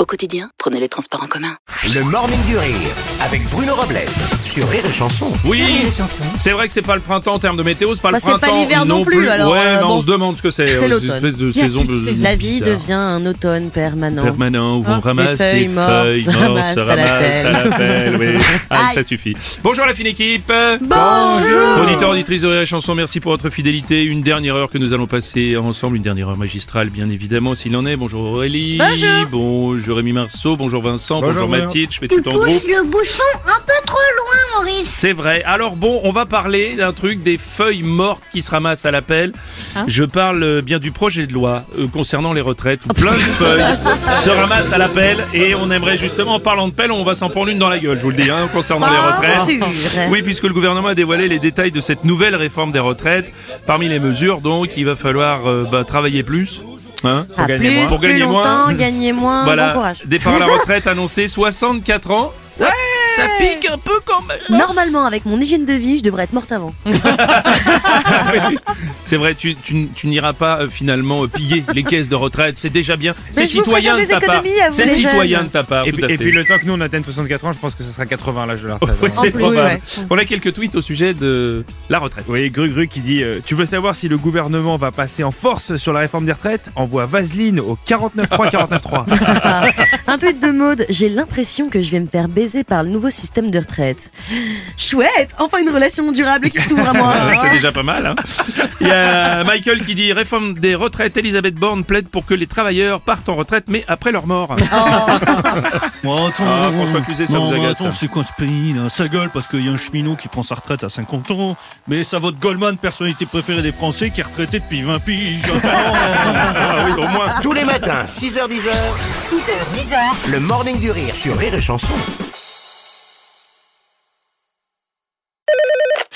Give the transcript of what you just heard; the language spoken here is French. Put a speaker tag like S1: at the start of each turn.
S1: Au quotidien, prenez les transports en commun.
S2: Le Morning du Rire avec Bruno Robles sur Rire et Chanson.
S3: Oui,
S1: les chansons.
S3: c'est vrai que c'est pas le printemps en termes de météo, c'est pas
S4: Bah,
S3: le
S4: c'est pas
S3: printemps.
S4: l'hiver non plus, alors,
S3: Ouais,
S4: euh,
S3: non,
S4: bon.
S3: on se demande ce que c'est.
S4: C'est
S3: euh,
S4: l'automne.
S3: Une espèce de
S4: Il y a
S3: saison
S4: plus de
S3: de.
S4: saison.
S3: de
S4: La vie
S3: bizarre.
S4: devient un automne permanent.
S3: Permanent où
S4: Ah,
S3: on
S4: les
S3: ramasse
S4: feuilles
S3: des
S4: mortes,
S3: feuilles
S4: se
S3: mortes,
S4: ramassent
S3: se
S4: à
S3: ramasse à
S4: l'appel.
S3: la pelle, oui. Ah,
S4: Aïe.
S3: ça suffit. Bonjour la fine équipe.
S4: Bonjour
S3: Auditeurs, auditrices de Rire et Chanson, merci pour votre fidélité. Une dernière heure que nous allons passer ensemble, une dernière heure magistrale, bien évidemment, s'il en est. Bonjour Aurélie.
S4: Bonjour.
S3: Bonjour Rémi Marceau. Bonjour Vincent. Bonjour, Mathilde. Je fais
S5: Tu
S3: tout en gros.
S5: pousses le bouchon un peu trop loin, Maurice.
S3: C'est vrai. Alors bon, on va parler d'un truc, des feuilles mortes qui se ramassent à l'appel.
S5: Hein
S3: Je parle euh, bien du projet de loi euh, concernant les retraites. où plein de
S5: Oh,
S3: feuilles se ramassent à l'appel et on aimerait justement, en parlant de pelle, on va s'en prendre une dans la gueule, je vous le dis, hein, concernant les retraites. Oui, puisque le gouvernement a dévoilé les détails de cette nouvelle réforme des retraites. Parmi les mesures, donc, il va falloir euh, bah, travailler plus. hein,
S4: À Ah, plus,
S3: Pour
S4: plus
S3: gagner moins.
S4: longtemps, gagner moins.
S3: Voilà,
S4: Bon courage.
S3: départ à la retraite annoncé 64 ans. Ça, ça pique un peu quand même.
S4: Normalement, avec mon hygiène de vie, je devrais être morte avant.
S3: Ah C'est vrai, tu, tu n- tu n'iras pas euh, finalement euh, piller les caisses de retraite. C'est déjà bien. C'est
S4: je vous
S3: citoyen
S4: préfère
S3: de
S4: des
S3: ta part.
S4: économies à vous,
S3: C'est
S4: les
S3: citoyen
S4: jeunes.
S3: de ta part.
S6: Et,
S3: Ah, tout
S6: puis-
S3: à
S6: et
S3: fait.
S6: puis le temps que nous on atteigne 64 ans, je pense que ce sera 80 l'âge de la retraite.
S3: Oui,
S6: hein.
S4: En
S3: c'est
S4: plus,
S3: probable.
S4: ouais.
S3: On a quelques tweets au sujet de la retraite.
S6: Oui, Gru Gru qui dit euh, Tu veux savoir si le gouvernement va passer en force sur la réforme des retraites Envoie Vaseline au 49.3 49.3.
S4: Un tweet de mode, j'ai l'impression que je vais me faire baiser par le nouveau système de retraite. Chouette, enfin une relation durable qui s'ouvre à moi.
S3: Euh, C'est déjà pas mal. hein. Il y a Michael qui dit réforme des retraites. Elisabeth Borne plaide pour que les travailleurs partent en retraite, mais après leur mort.
S7: Moi, attends,
S3: Ah, François Cluzet, ça
S7: non,
S3: vous
S7: mais
S3: agace,
S6: hein.
S7: attends,
S3: ça.
S7: c'est quoi ce pays là Ça gueule parce qu'il y a un cheminot qui prend sa retraite à 50 ans, mais ça vote Goldman, personnalité préférée des Français, qui est retraité depuis 20 piges.
S3: Ah oui, au moins.
S2: Tous les matins, 6h10,
S5: 6h, 10h.
S2: le Morning du Rire sur Rire et Chanson.